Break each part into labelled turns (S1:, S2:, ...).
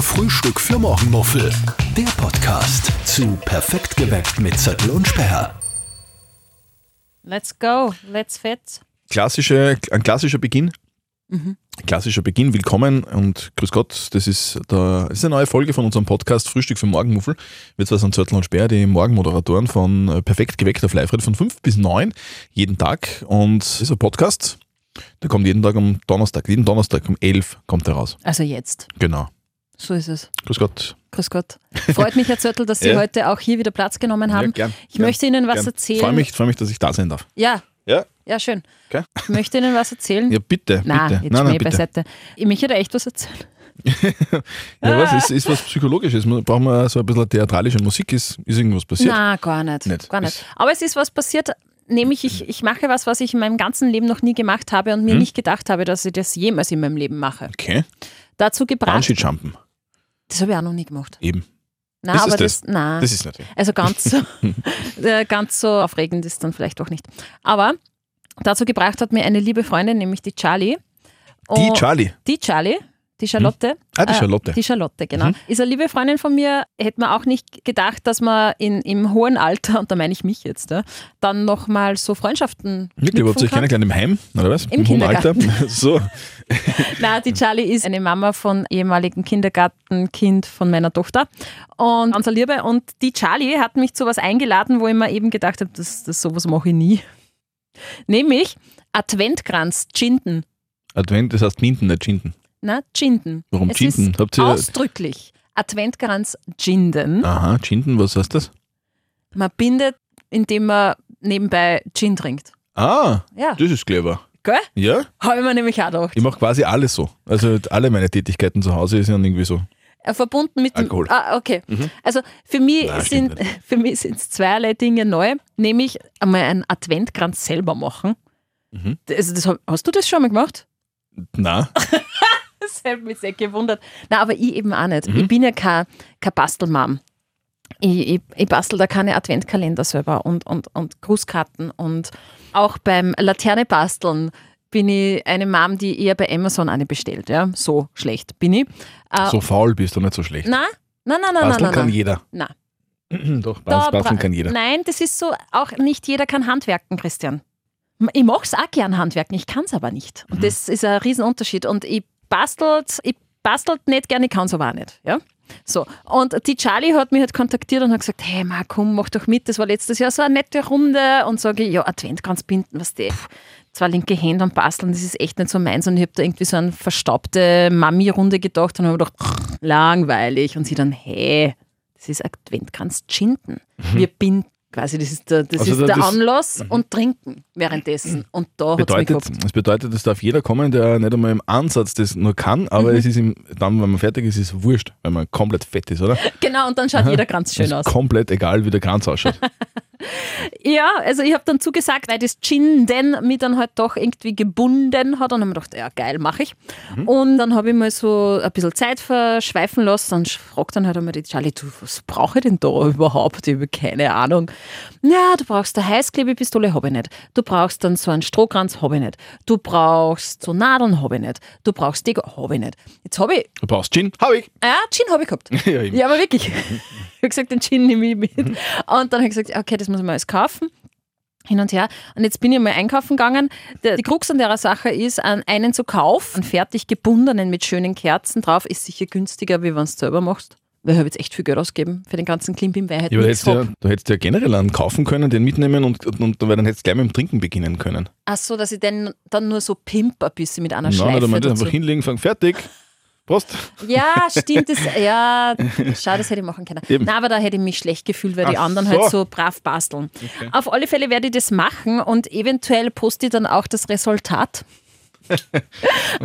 S1: Frühstück für Morgenmuffel. Der Podcast zu Perfekt geweckt mit Zettel und Sperr.
S2: Let's go, let's fit.
S3: klassische, ein klassischer Beginn.
S2: Mhm.
S3: Klassischer Beginn, willkommen und grüß Gott. Das ist, der, das ist eine neue Folge von unserem Podcast Frühstück für Morgenmuffel. Wir zwei sind Zörtl und Speer, die Morgenmoderatoren von äh, Perfekt geweckt auf live von 5 bis 9 jeden Tag. Und das ist ein Podcast, der kommt jeden Tag am Donnerstag. Jeden Donnerstag um 11 kommt er raus.
S2: Also jetzt,
S3: Genau.
S2: so ist es.
S3: Grüß Gott.
S2: Grüß Gott. Freut mich, Herr Zörtl, dass Sie
S3: Ja.
S2: heute auch hier wieder Platz genommen haben.
S3: gern,
S2: ich möchte Ihnen was erzählen.
S3: Freue mich, freu mich, dass ich da sein darf.
S2: Ja,
S3: Ja?
S2: ja, schön.
S3: Okay.
S2: Ich möchte Ihnen was erzählen.
S3: Ja, bitte,
S2: nein,
S3: bitte.
S2: jetzt eh Schmäh beiseite. Ich möchte da echt was erzählen.
S3: Ja, was? Ist, ist was Psychologisches? Brauchen wir so ein bisschen theatralische Musik? Ist, ist irgendwas passiert?
S2: Na, gar nicht.
S3: Nicht.
S2: Gar
S3: Ist-
S2: nicht. Aber es ist was passiert. Nämlich, ich, ich mache was, was ich in meinem ganzen Leben noch nie gemacht habe
S3: Hm?
S2: und mir nicht gedacht habe, dass ich das jemals in meinem Leben mache.
S3: Okay.
S2: Dazu gebracht.
S3: Bungee-Jumpen.
S2: Das habe ich auch noch nie gemacht.
S3: Eben.
S2: Nein,
S3: Ist es
S2: aber
S3: das?
S2: das, nein.
S3: Das ist natürlich.
S2: Also ganz so, äh, ganz so aufregend ist dann vielleicht doch nicht. Aber dazu gebracht hat mir eine liebe Freundin, nämlich die Charlie.
S3: Die
S2: Und-
S3: Charlie.
S2: die Charlie, die Charlotte.
S3: Ah, die
S2: Oh. äh,
S3: Charlotte. Mhm.
S2: Die Charlotte, genau. Ist eine liebe Freundin von mir. Hätte man auch nicht gedacht, dass man in, im hohen Alter, und da meine ich mich jetzt, ja, dann nochmal so Freundschaften
S3: Mit, ihr habt
S2: knüpfen
S3: sich
S2: kann.
S3: kennengelernt im Heim, oder was?
S2: Im
S3: hohen Alter. So.
S2: Na, die Charlie ist eine Mama von ehemaligen Kindergartenkind von meiner Tochter und unser Liebe. Und die Charlie hat mich zu was eingeladen, wo ich mir eben gedacht habe, das, das sowas mache ich nie. Nämlich Adventkranz, Chinden.
S3: Advent, das heißt Ninden, nicht Chinden.
S2: Na, Chinden.
S3: Warum
S2: es
S3: Chinden?
S2: Ist
S3: Habt ihr-
S2: ausdrücklich Adventkranz Chinden.
S3: Aha, Chinden, was heißt das?
S2: Man bindet, indem man nebenbei Gin trinkt.
S3: Ah,
S2: Ja,
S3: das ist clever.
S2: gell?
S3: Ja,
S2: Habe ich mir nämlich auch gedacht.
S3: ich mache quasi alles so. Also alle meine Tätigkeiten zu Hause sind irgendwie so.
S2: Äh, Verbunden mit dem-
S3: Alkohol. Mhm.
S2: Ah, okay. Also für mich
S3: Nein,
S2: sind
S3: stimmt
S2: für mich sind zweierlei Dinge neu, nämlich einmal einen Adventkranz selber machen.
S3: Mhm.
S2: Also das, hab- hast du das schon mal gemacht?
S3: Na,
S2: Das hat mich sehr gewundert. Na, aber ich eben auch nicht.
S3: Mhm.
S2: Ich bin ja kein, kein Bastelmam. Ich, ich, ich bastel da keine Adventkalender selber und, und, und Grußkarten und auch beim Laterne basteln bin ich eine Mom, die eher bei Amazon eine bestellt. Ja, so schlecht bin ich. Äh,
S3: so faul bist du nicht so schlecht.
S2: Na, na, na, na,
S3: Basteln
S2: na, na.
S3: kann jeder.
S2: na.
S3: Doch,
S2: Da
S3: Bas- Basteln
S2: bra-
S3: kann jeder.
S2: Nein, das ist so, auch nicht jeder kann handwerken, Christian. Ich mache es auch gern handwerken, ich kann es aber nicht.
S3: Mhm.
S2: Und das ist ein Riesenunterschied. Und ich bastelt, ich bastelt nicht gern, ich kann es aber auch nicht. Ja? So. Und die Charlie hat mich halt kontaktiert und hat gesagt, hey Ma, komm, mach doch mit, das war letztes Jahr so eine nette Runde. Und sage ich, ja, Advent kannst binden, was die. Zwei linke Hände und basteln, das ist echt nicht so meins. Und ich habe da irgendwie so eine verstaubte Mami-Runde gedacht und habe gedacht, langweilig. Und sie dann, hey, das ist Adventkranz Chinden. Wir binden quasi, das ist der, das
S3: Mhm. Also da-
S2: ist der
S3: das-
S2: Anlass und trinken währenddessen. Und da hat es mich
S3: bedeutet,
S2: gehabt.
S3: es bedeutet, es darf jeder kommen, der nicht einmal im Ansatz das nur kann,
S2: Mhm.
S3: aber es ist ihm, dann, wenn man fertig ist, ist es wurscht, wenn man komplett fett ist, oder?
S2: Genau, und dann schaut jeder Kranz schön
S3: ist
S2: aus.
S3: komplett egal, wie der Kranz ausschaut.
S2: Ja, also ich habe dann zugesagt, weil das Chinden mich dann halt doch irgendwie gebunden hat. Und dann habe ich mir gedacht, ja geil, mache ich. Und dann habe ich mal so ein bisschen Zeit verschweifen lassen. Dann fragt dann halt einmal die Charlie, du, was brauche ich denn da überhaupt? Ich habe keine Ahnung. Na, du brauchst eine Heißklebepistole, habe ich nicht. Du brauchst dann so einen Strohkranz, habe ich nicht. Du brauchst so Nadeln, habe ich nicht. Du brauchst Deko, habe ich nicht. Jetzt habe ich,
S3: Du brauchst Gin? Hab ich.
S2: ja, Gin habe ich gehabt.
S3: Ja, eben.
S2: Ja, aber wirklich. Ich habe gesagt, den Gin nehme ich mit. Und dann habe ich gesagt, okay, das muss ich mal alles kaufen. Hin und her. Und jetzt bin ich mal einkaufen gegangen. Der, die Krux an der Sache ist, an einen zu kaufen, einen fertig gebundenen mit schönen Kerzen drauf, ist sicher günstiger, wie wenn du es selber machst. Weil ich habe jetzt echt viel Geld ausgegeben für den ganzen Klimbim, weil ich halt
S3: Ja, aber
S2: nichts
S3: hättest du,
S2: hab.
S3: ja, du hättest ja generell einen kaufen können, den mitnehmen und, und, und weil dann hättest du gleich mit dem Trinken beginnen können.
S2: Ach so, dass ich den dann nur so pimp ein bisschen mit einer
S3: Nein,
S2: Schleife
S3: oder man das
S2: dazu.
S3: einfach hinlegen, sagen, fertig. Prost.
S2: Ja, stimmt. Das, ja, schade, das hätte ich machen können.
S3: Eben.
S2: Nein, aber da hätte ich mich schlecht gefühlt, weil die
S3: Ach
S2: anderen
S3: so.
S2: halt so brav basteln. Auf alle Fälle werde ich das machen und eventuell poste ich dann auch das Resultat.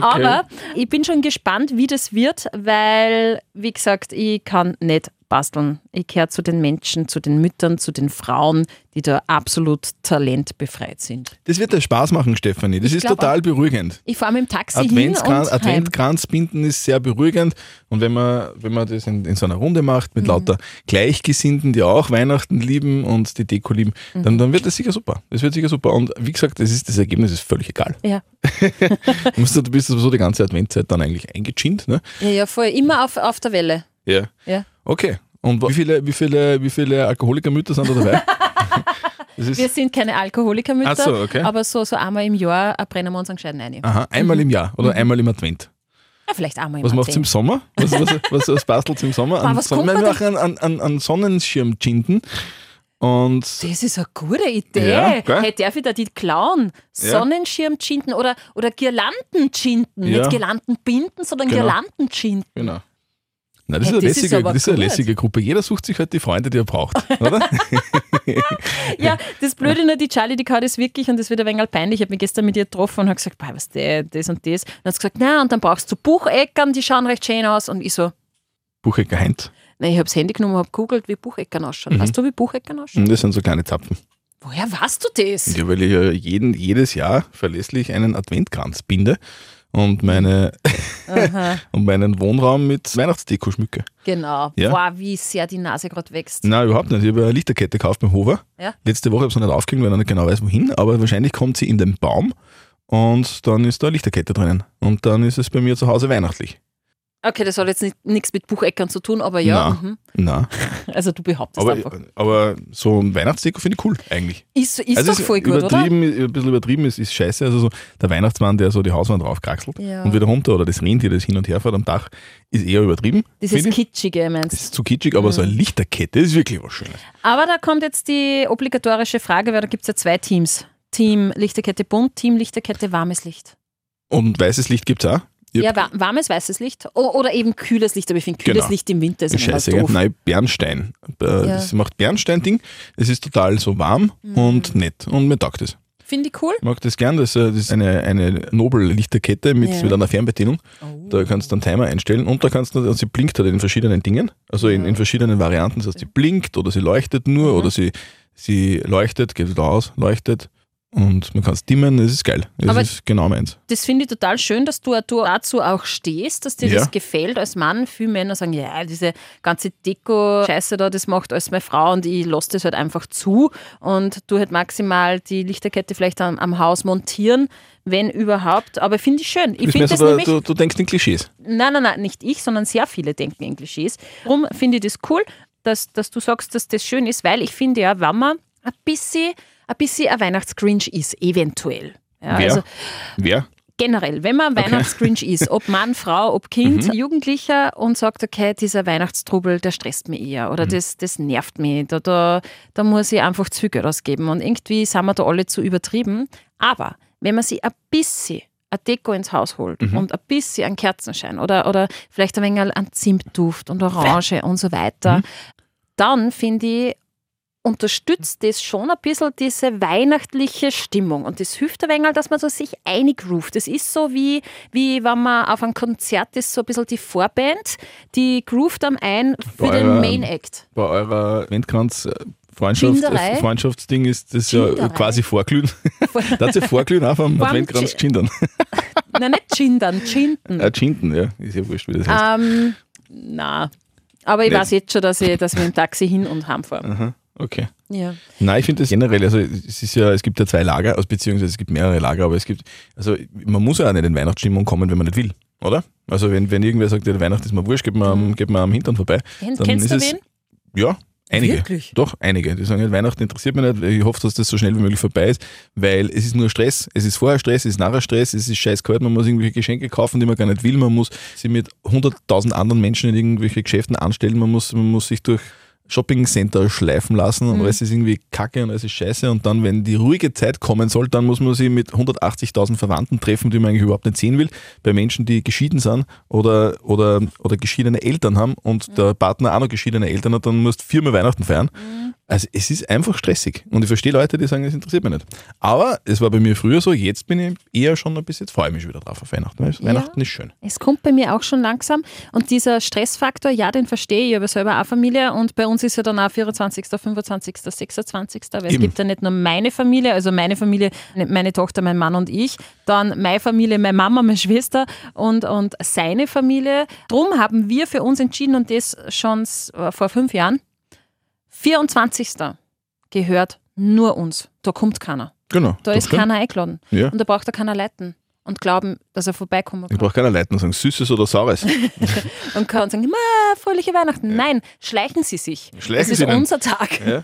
S2: Aber ich bin schon gespannt, wie das wird, weil, wie gesagt, ich kann nicht Basteln. Ich gehöre zu den Menschen, zu den Müttern, zu den Frauen, die da absolut talentbefreit sind.
S3: Das wird dir Spaß machen, Stefanie. Das
S2: Ich
S3: ist
S2: glaub
S3: total beruhigend.
S2: Ich fahre mit dem Taxi hin und
S3: Adventskranz,
S2: heim.
S3: Adventkranz binden ist sehr beruhigend. Und wenn man, wenn man das in, in so einer Runde macht,
S2: Mhm.
S3: mit lauter Gleichgesinnten, die auch Weihnachten lieben und die Deko lieben,
S2: Mhm.
S3: dann, dann wird das sicher super. Das wird sicher super. Und wie gesagt, das, ist, das Ergebnis ist völlig egal.
S2: Ja.
S3: Du, musst, du bist sowieso die ganze Adventzeit dann eigentlich eingeschinnt. Ne?
S2: ja, ja, voll. Immer auf, auf der Welle.
S3: Ja.
S2: Ja.
S3: Okay. Und wa- wie viele, wie viele, wie viele Alkoholikermütter sind da dabei? Das
S2: Wir
S3: ist,
S2: sind keine Alkoholikermütter,
S3: Ach so, okay.
S2: aber so, so einmal im Jahr äh, brennen wir uns einen gescheiten ein. Ja, Ah,
S3: aha, einmal im Jahr
S2: Mhm.
S3: oder einmal im Advent.
S2: vielleicht einmal im
S3: Was macht's im
S2: Advent.
S3: Sommer? Was, was, was, was bastelt im Sommer?
S2: Boah,
S3: An
S2: was kommt
S3: Sonnen-
S2: man
S3: einfach an, an, an, an Sonnenschirm chinden. Und
S2: Das ist eine gute Idee.
S3: Ja, gell?
S2: hey, darf ich da die klauen?
S3: Ja.
S2: Sonnenschirm chinden oder, oder Girlanden chinden.
S3: Ja.
S2: Nicht Girlanden binden, sondern
S3: Genau.
S2: Girlanden chinden.
S3: genau. Na, das,
S2: Hey,
S3: ist eine,
S2: das ist
S3: lässige,
S2: aber
S3: das ist eine
S2: gut.
S3: lässige Gruppe. Jeder sucht sich halt die Freunde, die er braucht, oder?
S2: Ja, das Blöde nur, die Charlie, die kann das wirklich und das wird ein wenig peinlich. Ich habe mich gestern mit ihr getroffen und habe gesagt, "Boah, was der, das und das. Und dann hat sie gesagt, na, und dann brauchst du Bucheckern, die schauen recht schön aus. Und ich so,
S3: Buchecker Heinz.
S2: nein, ich habe das Handy genommen, habe gegoogelt, wie Bucheckern
S3: Mhm.
S2: ausschauen. Weißt du, wie Bucheckern ausschauen?
S3: Und Das sind so kleine Zapfen.
S2: Woher weißt du das?
S3: Mhm. Ja, weil ich ja jeden, jedes Jahr verlässlich einen Adventkranz binde und, meine,
S2: Aha,
S3: und meinen Wohnraum mit Weihnachtsdeko schmücke.
S2: genau.
S3: Ja.
S2: Boah, wie sehr die Nase gerade wächst.
S3: Nein, überhaupt nicht. Ich habe eine Lichterkette gekauft beim Hofer.
S2: Ja.
S3: Letzte Woche habe ich sie nicht aufgekriegt, weil ich nicht genau weiß, wohin. Aber wahrscheinlich kommt sie in den Baum und dann ist da eine Lichterkette drinnen. Und dann ist es bei mir zu Hause weihnachtlich.
S2: Okay, das hat jetzt nicht- nichts mit Bucheckern zu tun, aber ja.
S3: Nein.
S2: Mhm.
S3: Na,
S2: Also du behauptest
S3: aber,
S2: einfach.
S3: aber so ein Weihnachtsdeko finde ich cool eigentlich.
S2: Ist, ist
S3: also
S2: doch
S3: es
S2: voll gut, oder?
S3: übertrieben, äh, Ein bisschen übertrieben ist, ist scheiße. Also so der Weihnachtsmann, der so die Hauswand raufkraxelt
S2: Ja.
S3: und wieder runter oder das Rentier, das hin und her fährt am Dach, ist eher übertrieben.
S2: Dieses
S3: finde ich.
S2: Kitschige, meinst du?
S3: Das ist zu kitschig, aber so
S2: Mhm.
S3: eine Lichterkette ist wirklich was Schönes.
S2: Aber da kommt jetzt die obligatorische Frage, weil da gibt es ja zwei Teams. Team Lichterkette bunt, Team Lichterkette warmes Licht.
S3: Und weißes Licht gibt es auch. Ich
S2: Ja, wa warmes, weißes Licht o oder eben kühles Licht, aber ich finde kühles
S3: Genau.
S2: Licht im Winter ist
S3: Ist
S2: immer
S3: Scheiße,
S2: doof.
S3: gell? Nein, Bernstein. Äh, Das macht Bernstein-Ding. Es ist total so warm
S2: Mhm.
S3: und nett. Und mir taugt das.
S2: Finde ich cool.
S3: Ich mag das gern. Das, äh, das ist eine, eine Nobel-Lichterkette mit,
S2: Ja. Oh.
S3: mit einer Fernbedienung. Da kannst du einen Timer einstellen und da kannst du, und sie blinkt halt in verschiedenen Dingen. Also in, in verschiedenen Varianten. Das heißt, sie blinkt oder sie leuchtet nur
S2: Mhm.
S3: oder sie, sie leuchtet, geht wieder aus, leuchtet. Und man kann es dimmen, das ist geil. Das
S2: Aber-
S3: ist genau meins.
S2: Das finde ich total schön, dass du du dazu auch stehst, dass dir
S3: Ja.
S2: das gefällt als Mann. Viele Männer sagen, ja, diese ganze Deko-Scheiße da, das macht alles meine Frau und ich lasse das halt einfach zu. Und du halt maximal die Lichterkette vielleicht am, am Haus montieren, wenn überhaupt. Aber finde ich schön. Ich
S3: Ist
S2: finde
S3: mehr
S2: das
S3: so,
S2: nämlich
S3: du, du denkst in Klischees.
S2: Nein, nein, nein, nicht ich, sondern sehr viele denken in Klischees. Darum finde ich das cool, dass, dass du sagst, dass das schön ist, weil ich finde ja, wenn man ein bisschen, ein, bisschen ein Weihnachtsgrinch ist, eventuell. Ja,
S3: Wer?
S2: also
S3: Wer?
S2: generell, wenn man
S3: Okay.
S2: Weihnachtsgrinch ist, ob Mann, Frau, ob Kind, Jugendlicher und sagt, okay, dieser Weihnachtstrubel, der stresst mich eher oder das, das nervt mich, da, da, da muss ich einfach Züge rausgeben und irgendwie sind wir da alle zu übertrieben. Aber wenn man sich ein bisschen eine Deko ins Haus holt und ein bisschen einen Kerzenschein oder, oder vielleicht ein wenig einen Zimtduft und Orange und so weiter, dann finde ich, unterstützt das schon ein bisschen diese weihnachtliche Stimmung. Und das hilft ein wenig, dass man so sich eingroovt. Das ist so wie, wie wenn man auf einem Konzert ist, so ein bisschen die Vorband, die groovt am ein für
S3: Bei
S2: den
S3: eurer-
S2: Main Act.
S3: bei eurer Adventkranz äh, Freundschaft,
S2: Schinderei?
S3: äh, Freundschaftsding ist das ja
S2: Schinderei?
S3: quasi vorglühen. da hat sie vorglühen auch am
S2: Beim
S3: Adventkranz
S2: Chi-
S3: geschindern.
S2: Nein, nicht chindern, chinden.
S3: Äh, Schinden, ja. Ist ja wurscht, wie das heißt.
S2: Ähm, na, aber ich
S3: Nicht.
S2: weiß jetzt schon, dass, ich, dass wir im Taxi hin und heim fahren.
S3: Okay.
S2: Ja.
S3: Nein, ich finde das generell, also es ist ja, es gibt ja zwei Lager, also beziehungsweise es gibt mehrere Lager, aber es gibt, also man muss ja auch nicht in Weihnachtsstimmung kommen, wenn man nicht will, oder? Also wenn, wenn irgendwer sagt, ja, Weihnachten ist mir wurscht, geht man, am- geht man am Hintern vorbei.
S2: Kennst,
S3: Dann
S2: Mhm. kennst
S3: ist
S2: du
S3: es-
S2: wen?
S3: Ja, einige.
S2: Wirklich?
S3: Doch, einige. Die sagen halt, Weihnachten interessiert mich nicht. Ich hoffe, dass das so schnell wie möglich vorbei ist, weil es ist nur Stress. Es ist vorher Stress, es ist nachher Stress, es ist scheiß kalt, man muss irgendwelche Geschenke kaufen, die man gar nicht will. Man muss sie mit 100.000 anderen Menschen in irgendwelche Geschäften anstellen. Man muss, man muss sich durch Shoppingcenter schleifen lassen und alles ist irgendwie kacke und alles ist scheiße. Und dann, wenn die ruhige Zeit kommen soll, dann muss man sie mit 180.000 Verwandten treffen, die man eigentlich überhaupt nicht sehen will. Bei Menschen, die geschieden sind oder,
S2: Mhm. Mhm.
S3: oder, oder geschiedene Eltern haben und der Partner auch noch geschiedene Eltern hat, dann musst du viermal Weihnachten feiern. Also es ist einfach stressig. Und ich verstehe Leute, die sagen, das interessiert mich nicht. Aber es war bei mir früher so, jetzt bin ich eher schon ein bisschen, jetzt freue ich mich schon wieder drauf auf Weihnachten. Weil
S2: Ja.
S3: Weihnachten ist schön.
S2: Es kommt bei mir auch schon langsam. Und dieser Stressfaktor, ja, den verstehe ich. Ich habe ja selber auch Familie und bei uns ist ja dann auch 24., 25., 26. Weil es
S3: Eben.
S2: gibt ja nicht nur meine Familie, also meine Familie, meine Tochter, mein Mann und ich, dann meine Familie, meine Mama, meine Schwester und, und seine Familie. Drum haben wir für uns entschieden und das schon s- äh, vor fünf Jahren. 24. gehört nur uns. Da kommt keiner.
S3: Genau.
S2: Da
S3: Doch
S2: ist
S3: schön.
S2: keiner eingeladen.
S3: Ja.
S2: Und da braucht er keiner leiten und glauben, dass er vorbeikommen
S3: Ich
S2: kann.
S3: brauche keiner Leuten sagen, süßes oder saures.
S2: Und kann sagen, "Ma, fröhliche Weihnachten. Nein, schleichen Sie sich.
S3: Schleichen
S2: das ist
S3: Sie denn?
S2: unser Tag.
S3: ja?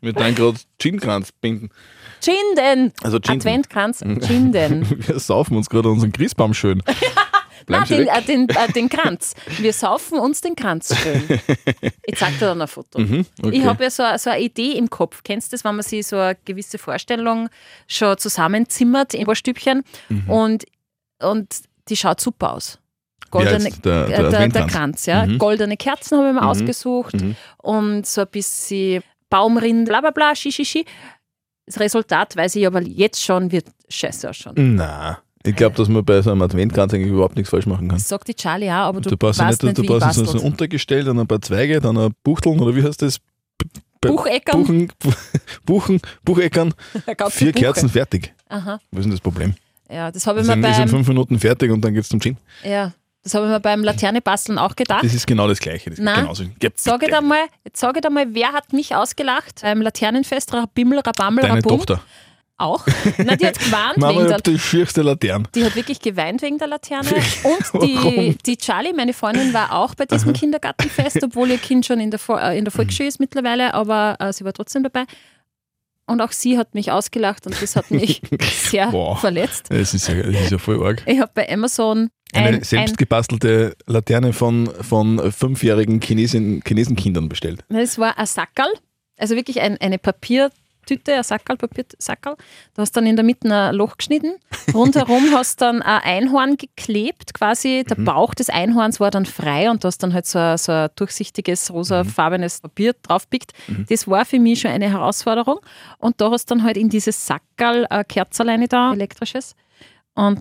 S3: Wir dann gerade Gin-Kranz binden.
S2: Chinden.
S3: Also Chinden.
S2: Adventkranz. Chinden.
S3: Wir saufen uns gerade unseren Christbaum schön.
S2: Nein,
S3: Bleiben Sie
S2: den,
S3: weg.
S2: äh, den, äh, den Kranz. Wir saufen uns den Kranz schön. Ich zeig dir dann ein Foto.
S3: Mhm. okay.
S2: Ich habe ja so, so eine Idee im Kopf. Kennst du das, wenn man sich so eine gewisse Vorstellung schon zusammenzimmert in ein paar Stückchen
S3: Mhm.
S2: und, und die schaut super aus. Goldene,
S3: heißt der-
S2: äh,
S3: der
S2: der, der,
S3: Adventkranz?
S2: Kranz, ja.
S3: Mhm.
S2: Goldene Kerzen habe ich mir ausgesucht und so ein bisschen Baumrind, bla bla bla, shishishi. Das Resultat weiß ich aber jetzt schon, wird scheiße ausschauen.
S3: Na, ich glaube, dass man bei so einem Adventkranz eigentlich überhaupt nichts falsch machen kann.
S2: Das sagt die Charlie auch, aber du,
S3: Du brauchst, ja
S2: weißt
S3: nicht,
S2: nicht,
S3: du
S2: wie ich
S3: brauchst so
S2: bastelt.
S3: ein Untergestell, dann ein paar Zweige, dann ein Buchteln oder wie heißt das? Be-
S2: Bucheckern.
S3: Buchen, Buchen, Bucheckern. Vier Kerzen fertig.
S2: Aha.
S3: Was ist denn das Problem?
S2: Ja, das habe
S3: Wir
S2: ich, mir
S3: sind, wir sind
S2: beim-
S3: fünf Minuten fertig und dann geht's zum Gin.
S2: ja, das habe ich mir beim Laternebasteln auch gedacht.
S3: Das ist genau das Gleiche. Das ist
S2: Nein.
S3: genauso. Ja,
S2: Ah. Sag
S3: bitte.
S2: ich einmal, jetzt sag ich einmal, wer hat mich ausgelacht beim Laternenfest? Rabimmel, Rabammel,
S3: Deine
S2: Rabum?
S3: Tochter.
S2: Auch. Na, die hat gewarnt
S3: Mama,
S2: wegen
S3: ich
S2: der
S3: hab die schierste Laterne.
S2: die hat wirklich geweint wegen der Laterne. Und die,
S3: Warum?
S2: die Charlie, meine Freundin, war auch bei diesem Kindergartenfest, obwohl ihr Kind schon in der, Vor äh, in der Volksschule ist mittlerweile, aber äh, sie war trotzdem dabei. Und auch sie hat mich ausgelacht und das hat mich sehr
S3: Boah.
S2: verletzt.
S3: Das ist ja, das ist ja voll arg.
S2: Ich habe bei Amazon ein,
S3: Eine selbstgebastelte Laterne von, von fünfjährigen Chinesen, Chinesenkindern bestellt.
S2: Nein, Es war ein Sackerl, also wirklich ein, eine Papiertüte, ein Sackerl, Papiersackerl. Du hast dann in der Mitte ein Loch geschnitten. Rundherum hast dann ein Einhorn geklebt, quasi. Der Bauch des Einhorns war dann frei und du hast dann halt so, ein- so ein durchsichtiges, rosafarbenes Papier draufpickt. Das war für mich schon eine Herausforderung. Und da hast dann halt in dieses Sackerl ein Kerzerleine da, elektrisches. Und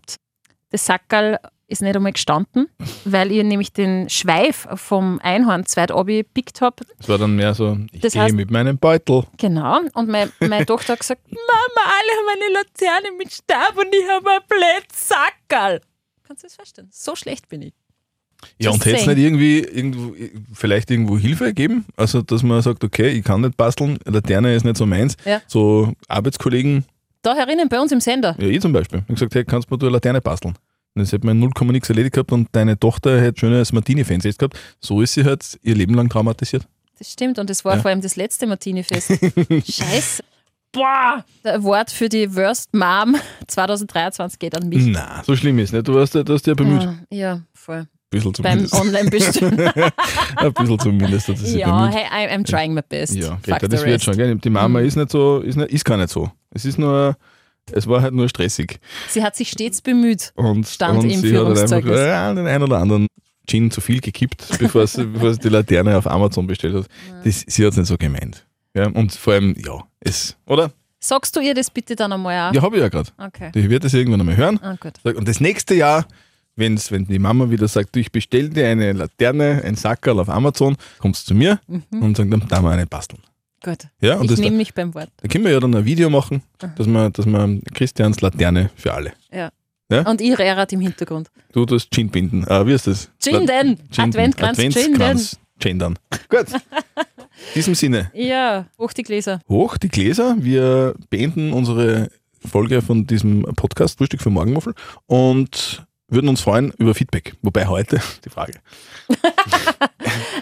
S2: das Sackerl ist nicht einmal gestanden, weil ich nämlich den Schweif vom Einhorn zweit abgepickt habe.
S3: Es war dann mehr so, ich
S2: Das
S3: gehe
S2: heißt-
S3: mit meinem Beutel.
S2: Genau, und mein, meine Tochter hat gesagt, Mama, alle haben eine Laterne mit Stab und ich habe ein Blättsackerl. Kannst du das verstehen? So schlecht bin ich.
S3: Ja,
S2: Just
S3: und hätte es
S2: saying.
S3: nicht irgendwie irgendwo, vielleicht irgendwo Hilfe geben? Also, dass man sagt, okay, ich kann nicht basteln, Laterne ist nicht so meins.
S2: Ja.
S3: So Arbeitskollegen,
S2: Da herinnen bei uns im Sender.
S3: ja, ich zum Beispiel, haben gesagt, hey, kannst du mir eine Laterne basteln? Und das hätte man 0, nix erledigt gehabt und deine Tochter hätte schönes Martini-Fans gehabt. So ist sie halt ihr Leben lang traumatisiert.
S2: Das stimmt, und das war
S3: Ja.
S2: vor allem das letzte Martini-Fest. Scheiße. Boah! Der Award für die Worst Mom 2023 geht an mich.
S3: Na, so schlimm ist nicht. Du warst ja, du hast dich ja bemüht.
S2: Ja, ja, voll.
S3: Ein bisschen
S2: Beim
S3: zumindest.
S2: Online-Bestellen.
S3: Ein bisschen zumindest hat sie sich
S2: ja,
S3: bemüht.
S2: hey, I- I'm trying my best.
S3: Ja,
S2: Fuck
S3: vielleicht
S2: the
S3: das wird
S2: rest. Mhm.
S3: schon. Gell? Die Mama ist nicht so, ist, nicht, ist gar nicht so. Es ist nur, es war halt nur stressig.
S2: Sie hat sich stets bemüht.
S3: Und,
S2: Stand
S3: und
S2: im
S3: sie hat halt einfach
S2: Führungszeugnis.
S3: äh, den einen oder anderen Gin zu viel gekippt, bevor sie, bevor sie die Laterne auf Amazon bestellt hat. Das, sie hat es nicht so gemeint. Ja, und vor allem, ja, es, oder?
S2: Sagst du ihr das bitte dann einmal auch?
S3: Ja, habe ich ja gerade.
S2: Okay.
S3: Die wird das irgendwann einmal hören.
S2: Ah, gut.
S3: Sag, Und das nächste Jahr, wenn's, wenn die Mama wieder sagt, du, ich bestell dir eine Laterne, ein Sackerl auf Amazon, kommst zu mir und sagt, dann darf man eine basteln.
S2: Mhm. Gut.
S3: Ja, und
S2: ich
S3: das,
S2: nehme mich beim Wort.
S3: Da können wir ja dann ein Video machen, dass man, dass man Christians Laterne für alle.
S2: Ja.
S3: Ja?
S2: Und ich rehrat im Hintergrund.
S3: Du tust Gin binden. Ah, wie ist das?
S2: Gin-den.
S3: Gin-
S2: Adventkranz,
S3: Adventskranz. Gendern. Gut. In diesem Sinne,
S2: Ja, hoch die Gläser.
S3: hoch die Gläser. Wir beenden unsere Folge von diesem Podcast, Frühstück für Morgenmuffel, und würden uns freuen über Feedback. Wobei heute die Frage.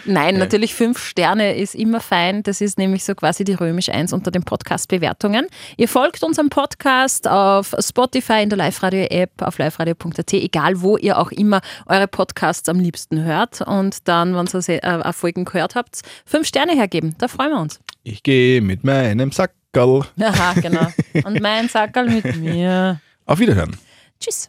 S2: Nein, natürlich fünf Sterne ist immer fein. Das ist nämlich so quasi die römisch 1 unter den Podcast-Bewertungen. Ihr folgt unserem Podcast auf Spotify, in der Live-Radio-App, auf liveradio.at, egal wo ihr auch immer eure Podcasts am liebsten hört. Und dann, wenn ihr se- äh, Folgen gehört habt, fünf Sterne hergeben. Da freuen wir uns.
S3: Ich gehe mit meinem Sackerl.
S2: Aha, genau. Und mein Sackerl mit mir.
S3: Auf Wiederhören.
S2: Tschüss.